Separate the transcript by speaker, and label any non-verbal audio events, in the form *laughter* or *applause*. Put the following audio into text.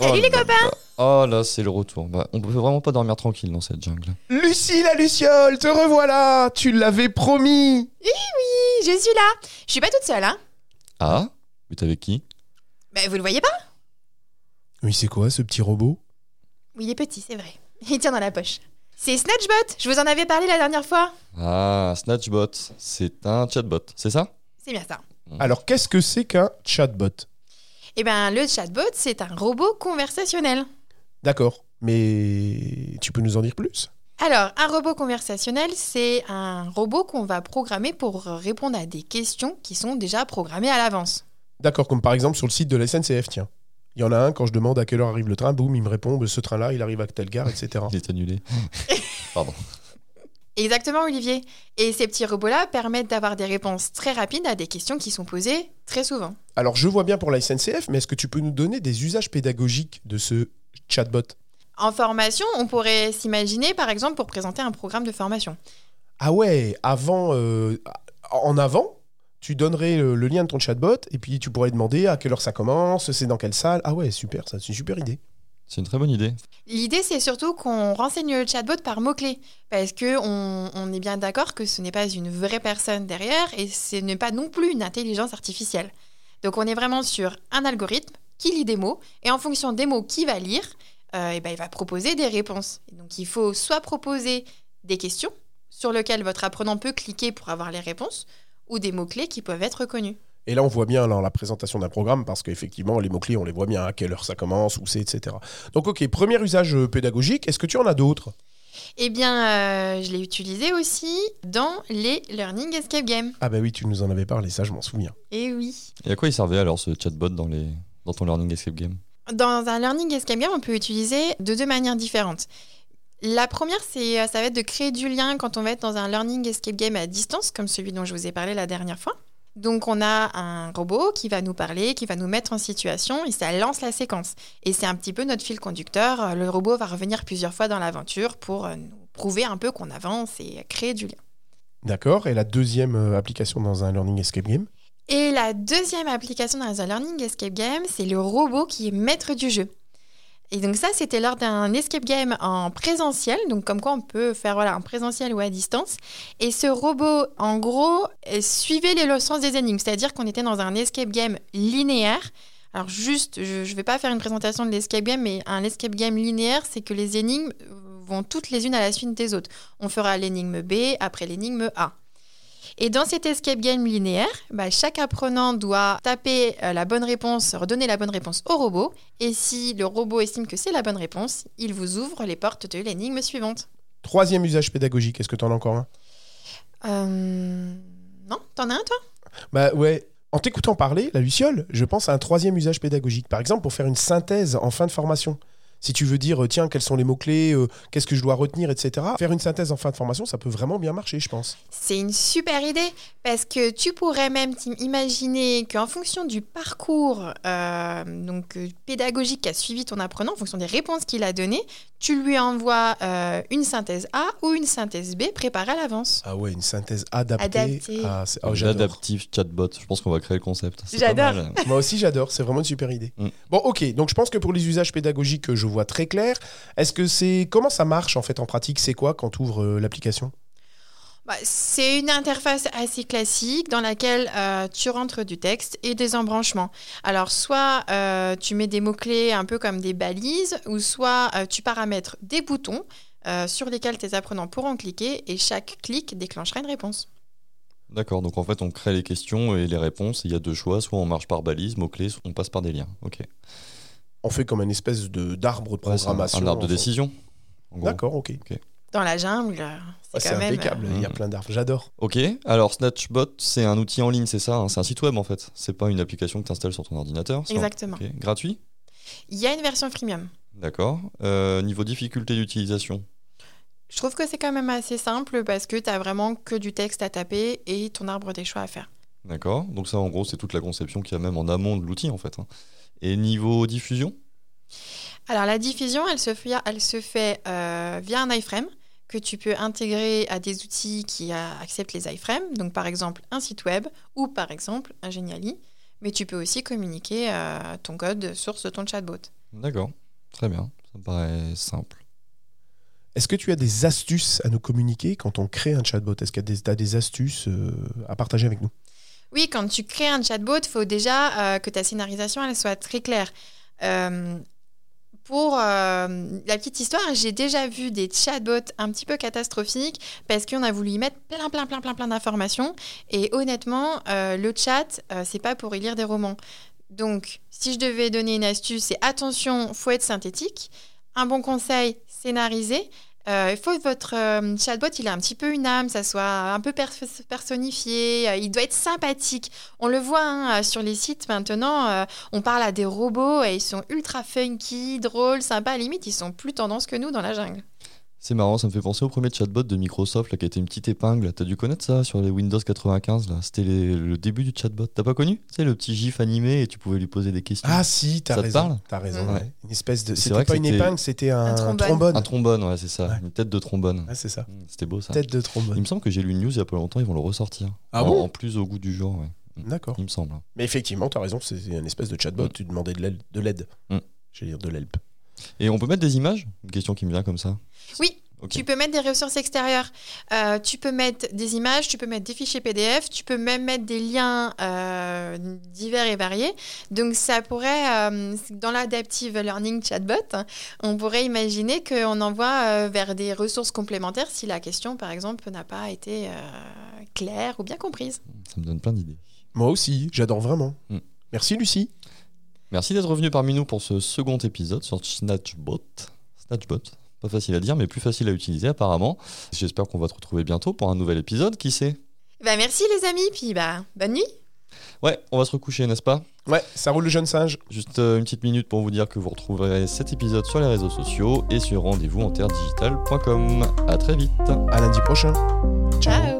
Speaker 1: Salut les copains
Speaker 2: Oh là, c'est le retour. Bah, on peut vraiment pas dormir tranquille dans cette jungle.
Speaker 3: Lucie la Luciole, te revoilà Tu l'avais promis
Speaker 1: Oui, Je suis là Je suis pas toute seule, hein
Speaker 2: Ah Mais t'es avec qui
Speaker 1: Bah, vous le voyez pas
Speaker 3: Mais c'est quoi ce petit robot
Speaker 1: Oui, il est petit, c'est vrai. Il tient dans la poche. C'est Snatchbot Je vous en avais parlé la dernière fois
Speaker 2: Ah, Snatchbot. C'est un chatbot, c'est ça
Speaker 1: C'est bien ça.
Speaker 3: Alors qu'est-ce que c'est qu'un chatbot
Speaker 1: Eh ben, le chatbot, c'est un robot conversationnel.
Speaker 3: D'accord, mais tu peux nous en dire plus
Speaker 1: Alors, un robot conversationnel, c'est un robot qu'on va programmer pour répondre à des questions qui sont déjà programmées à l'avance.
Speaker 3: D'accord, comme par exemple sur le site de la SNCF, tiens. Il y en a un, quand je demande à quelle heure arrive le train, boum, il me répond, bah, ce train-là, il arrive à telle
Speaker 2: *laughs*
Speaker 3: gare, etc.
Speaker 2: Il est annulé.
Speaker 1: Exactement, Olivier. Et ces petits robots-là permettent d'avoir des réponses très rapides à des questions qui sont posées très souvent.
Speaker 3: Alors je vois bien pour la SNCF, mais est-ce que tu peux nous donner des usages pédagogiques de ce chatbot
Speaker 1: En formation, on pourrait s'imaginer, par exemple, pour présenter un programme de formation.
Speaker 3: Ah ouais, avant, euh, en avant, tu donnerais le, le lien de ton chatbot et puis tu pourrais demander à quelle heure ça commence, c'est dans quelle salle. Ah ouais, super, ça, c'est une super idée.
Speaker 2: C'est une très bonne idée.
Speaker 1: L'idée, c'est surtout qu'on renseigne le chatbot par mots-clés, parce que on, on est bien d'accord que ce n'est pas une vraie personne derrière et ce n'est pas non plus une intelligence artificielle. Donc on est vraiment sur un algorithme qui lit des mots, et en fonction des mots qu'il va lire, euh, eh ben, il va proposer des réponses. Et donc il faut soit proposer des questions sur lesquelles votre apprenant peut cliquer pour avoir les réponses, ou des mots-clés qui peuvent être reconnus.
Speaker 3: Et là, on voit bien dans la présentation d'un programme, parce qu'effectivement, les mots-clés, on les voit bien, à quelle heure ça commence, où c'est, etc. Donc, ok, premier usage euh, pédagogique, est-ce que tu en as d'autres
Speaker 1: Eh bien, euh, je l'ai utilisé aussi dans les Learning Escape Games.
Speaker 3: Ah bah oui, tu nous en avais parlé, ça, je m'en souviens.
Speaker 1: Eh oui
Speaker 2: Et à quoi il servait alors ce chatbot dans, les... dans ton Learning Escape Game
Speaker 1: Dans un learning escape game, on peut utiliser de deux manières différentes. La première, c'est euh, ça va être de créer du lien quand on va être dans un learning escape game à distance, comme celui dont je vous ai parlé la dernière fois. Donc on a un robot qui va nous parler, qui va nous mettre en situation et ça lance la séquence. Et c'est un petit peu notre fil conducteur. Euh, Le robot va revenir plusieurs fois dans l'aventure pour euh, nous prouver un peu qu'on avance et créer du lien.
Speaker 3: D'accord, et la deuxième euh, application dans un Learning Escape Game
Speaker 1: Et la deuxième application dans un Learning Escape Game, c'est le robot qui est maître du jeu. Et donc ça, c'était lors d'un escape game en présentiel, donc comme quoi on peut faire voilà, en présentiel ou à distance. Et ce robot, en gros, euh, suivait les leçons des énigmes, c'est-à-dire qu'on était dans un escape game linéaire. Alors juste, je ne vais pas faire une présentation de l'escape game, mais un escape game linéaire, c'est que les énigmes vont toutes les unes à la suite des autres. On fera l'énigme B, après l'énigme A. Et dans cet escape game linéaire, bah, chaque apprenant doit taper euh, la bonne réponse, redonner la bonne réponse au robot. Et si le robot estime que c'est la bonne réponse, il vous ouvre les portes de l'énigme suivante.
Speaker 3: Troisième usage pédagogique, est-ce que tu en as encore un
Speaker 1: Euh... Non T'en as un, toi
Speaker 3: Bah ouais. En t'écoutant parler, la Luciole, je pense à un troisième usage pédagogique. Par exemple, pour faire une synthèse en fin de formation. Si tu veux dire, euh, tiens, quels sont les mots-clés, euh, qu'est-ce que je dois retenir, etc. Faire une synthèse en fin de formation, ça peut vraiment bien marcher, je pense.
Speaker 1: C'est une super idée parce que tu pourrais même t'im- imaginer qu'en fonction du parcours euh, donc, euh, pédagogique qu'a suivi ton apprenant, en fonction des réponses qu'il a données, tu lui envoies euh, une synthèse A ou une synthèse B préparée à l'avance.
Speaker 3: Ah ouais, une synthèse adaptée.
Speaker 1: Adaptée.
Speaker 3: à- c'est- oh, j'adore.
Speaker 2: L'adaptive chatbot. Je pense qu'on va créer le concept. C'est
Speaker 1: J'adore.
Speaker 2: pas mal.
Speaker 3: Moi aussi, j'adore. C'est vraiment une super idée.
Speaker 2: Mm.
Speaker 3: Bon, ok. Donc, je pense que pour les usages pédagogiques, euh, je vois très clair. Est-ce que c'est comment ça marche en fait en pratique C'est quoi quand tu ouvres l'application
Speaker 1: Bah, c'est une interface assez classique dans laquelle euh, tu rentres du texte et des embranchements. Alors, soit euh, tu mets des mots-clés un peu comme des balises, ou soit euh, tu paramètres des boutons euh, sur lesquels tes apprenants pourront cliquer et chaque clic déclenchera une réponse.
Speaker 2: D'accord, donc en fait, on crée les questions et les réponses. Il y a deux choix. Soit on marche par balise, mots-clés, soit on passe par des liens. Ok. Ouais,
Speaker 3: On fait comme une espèce de d'arbre de
Speaker 2: c'est un-
Speaker 3: programmation.
Speaker 2: un arbre de
Speaker 3: en fait.
Speaker 2: décision. en gros.
Speaker 3: D'accord, ok.
Speaker 1: Dans la jungle, euh,
Speaker 3: Ah,
Speaker 1: c'est
Speaker 3: C'est
Speaker 1: quand même.
Speaker 3: impeccable. Il y a
Speaker 2: Mm.
Speaker 3: plein d'arbres. J'adore.
Speaker 2: Ok, alors Snatchbot, c'est un outil en ligne, c'est ça hein C'est un site web en fait. C'est pas une application que tu installes sur ton ordinateur.
Speaker 1: euh,
Speaker 2: c'est un-
Speaker 1: Exactement.
Speaker 2: Ok, Gratuit
Speaker 1: Il y a une version freemium.
Speaker 2: D'accord. Euh, niveau difficulté d'utilisation
Speaker 1: Je trouve que c'est quand même assez simple parce que tu as vraiment que du texte à taper et ton arbre des choix à faire.
Speaker 2: D'accord. Donc ça, en gros, c'est toute la conception qu'il y a même en amont de l'outil en fait. hein. Et niveau diffusion
Speaker 1: Alors la diffusion, elle se fait, elle se fait euh, via un iframe que tu peux intégrer à des outils qui euh, acceptent les iframes, donc par exemple un site web ou par exemple un Geniali, mais tu peux aussi communiquer euh, ton code source de ton chatbot.
Speaker 2: D'accord, très bien, ça me paraît simple.
Speaker 3: Est-ce que tu as des astuces à nous communiquer quand on crée un chatbot Est-ce que tu as des astuces euh, à partager avec nous
Speaker 2: Mm.
Speaker 1: Oui, quand tu crées un chatbot, il faut déjà euh, que ta scénarisation elle soit très claire. Euh, pour euh, la petite histoire, j'ai déjà vu des chatbots un petit peu catastrophiques parce qu'on a voulu y mettre plein, plein, plein, plein, plein d'informations. Et honnêtement, euh, le chat, euh, c'est pas pour y lire des romans. Donc, si je devais donner une astuce, c'est attention, faut être synthétique. Un bon conseil, scénariser. Euh, il faut que votre euh, chatbot, il a un petit peu une âme, ça soit un peu pers- personnifié, euh, il doit être sympathique. On le voit hein, euh, sur les sites maintenant, euh, on parle à des robots et ils sont ultra funky, drôles, sympas, à la limite ils sont plus tendance que nous dans la jungle.
Speaker 2: C'est marrant, ça me fait penser au premier chatbot de Microsoft là, qui était une petite épingle. T'as dû connaître ça sur les Windows 95 là. C'était les- le début du chatbot. T'as pas connu C'est le petit gif animé et tu pouvais lui poser des questions.
Speaker 3: Ah si, t'as
Speaker 2: Ça te
Speaker 3: raison.
Speaker 2: parle
Speaker 3: T'as raison.
Speaker 2: Ouais.
Speaker 3: ouais. Une espèce de.
Speaker 2: C'est
Speaker 3: C'était
Speaker 2: vrai que
Speaker 3: pas une
Speaker 2: c'était-
Speaker 3: épingle, c'était un,
Speaker 1: Mm. trombone.
Speaker 2: Un trombone, ouais, c'est ça.
Speaker 3: Ouais.
Speaker 2: Une tête de trombone.
Speaker 3: Ah, c'est ça.
Speaker 2: Mm, C'était beau ça.
Speaker 3: Tête de
Speaker 2: Il
Speaker 3: trombone.
Speaker 2: me semble que j'ai lu une news il y a pas longtemps, ils vont le ressortir.
Speaker 3: Ah
Speaker 2: en,
Speaker 3: bon
Speaker 2: En plus au goût du jour, ouais.
Speaker 3: D'accord.
Speaker 2: Il me semble.
Speaker 3: Mais effectivement, t'as raison. C'est une espèce de chatbot.
Speaker 2: Mm.
Speaker 3: Tu demandais de l'aide. De l'aide.
Speaker 2: Mm.
Speaker 3: J'allais dire de l'help.
Speaker 2: Et on peut mettre des images Une question qui me vient comme ça.
Speaker 1: Oui,
Speaker 2: Ok.
Speaker 1: tu peux mettre des ressources extérieures, Euh, tu peux mettre des images, tu peux mettre des fichiers PDF, tu peux même mettre des liens euh, divers et variés. Donc ça pourrait, euh, dans l'adaptive learning chatbot, hein, on pourrait imaginer qu'on envoie euh, vers des ressources complémentaires si la question, par exemple, n'a pas été euh, claire ou bien comprise.
Speaker 2: Ça me donne plein d'idées.
Speaker 3: Moi aussi. J'adore vraiment.
Speaker 2: Mm.
Speaker 3: Merci Lucie.
Speaker 2: Merci d'être revenu parmi nous pour ce second épisode sur Snatchbot. Snatchbot, pas facile à dire, mais plus facile à utiliser apparemment. J'espère qu'on va te retrouver bientôt pour un nouvel épisode, qui sait
Speaker 1: Bah, merci les amis, puis bah, bonne nuit.
Speaker 2: Ouais, on va se recoucher, n'est-ce pas
Speaker 3: Ouais, ça roule le jeune singe.
Speaker 2: Juste euh, une petite minute pour vous dire que vous retrouverez cet épisode sur les réseaux sociaux et sur rendez-vous en terredigital.com. À très vite
Speaker 3: À lundi prochain. Ciao.
Speaker 1: Ciao.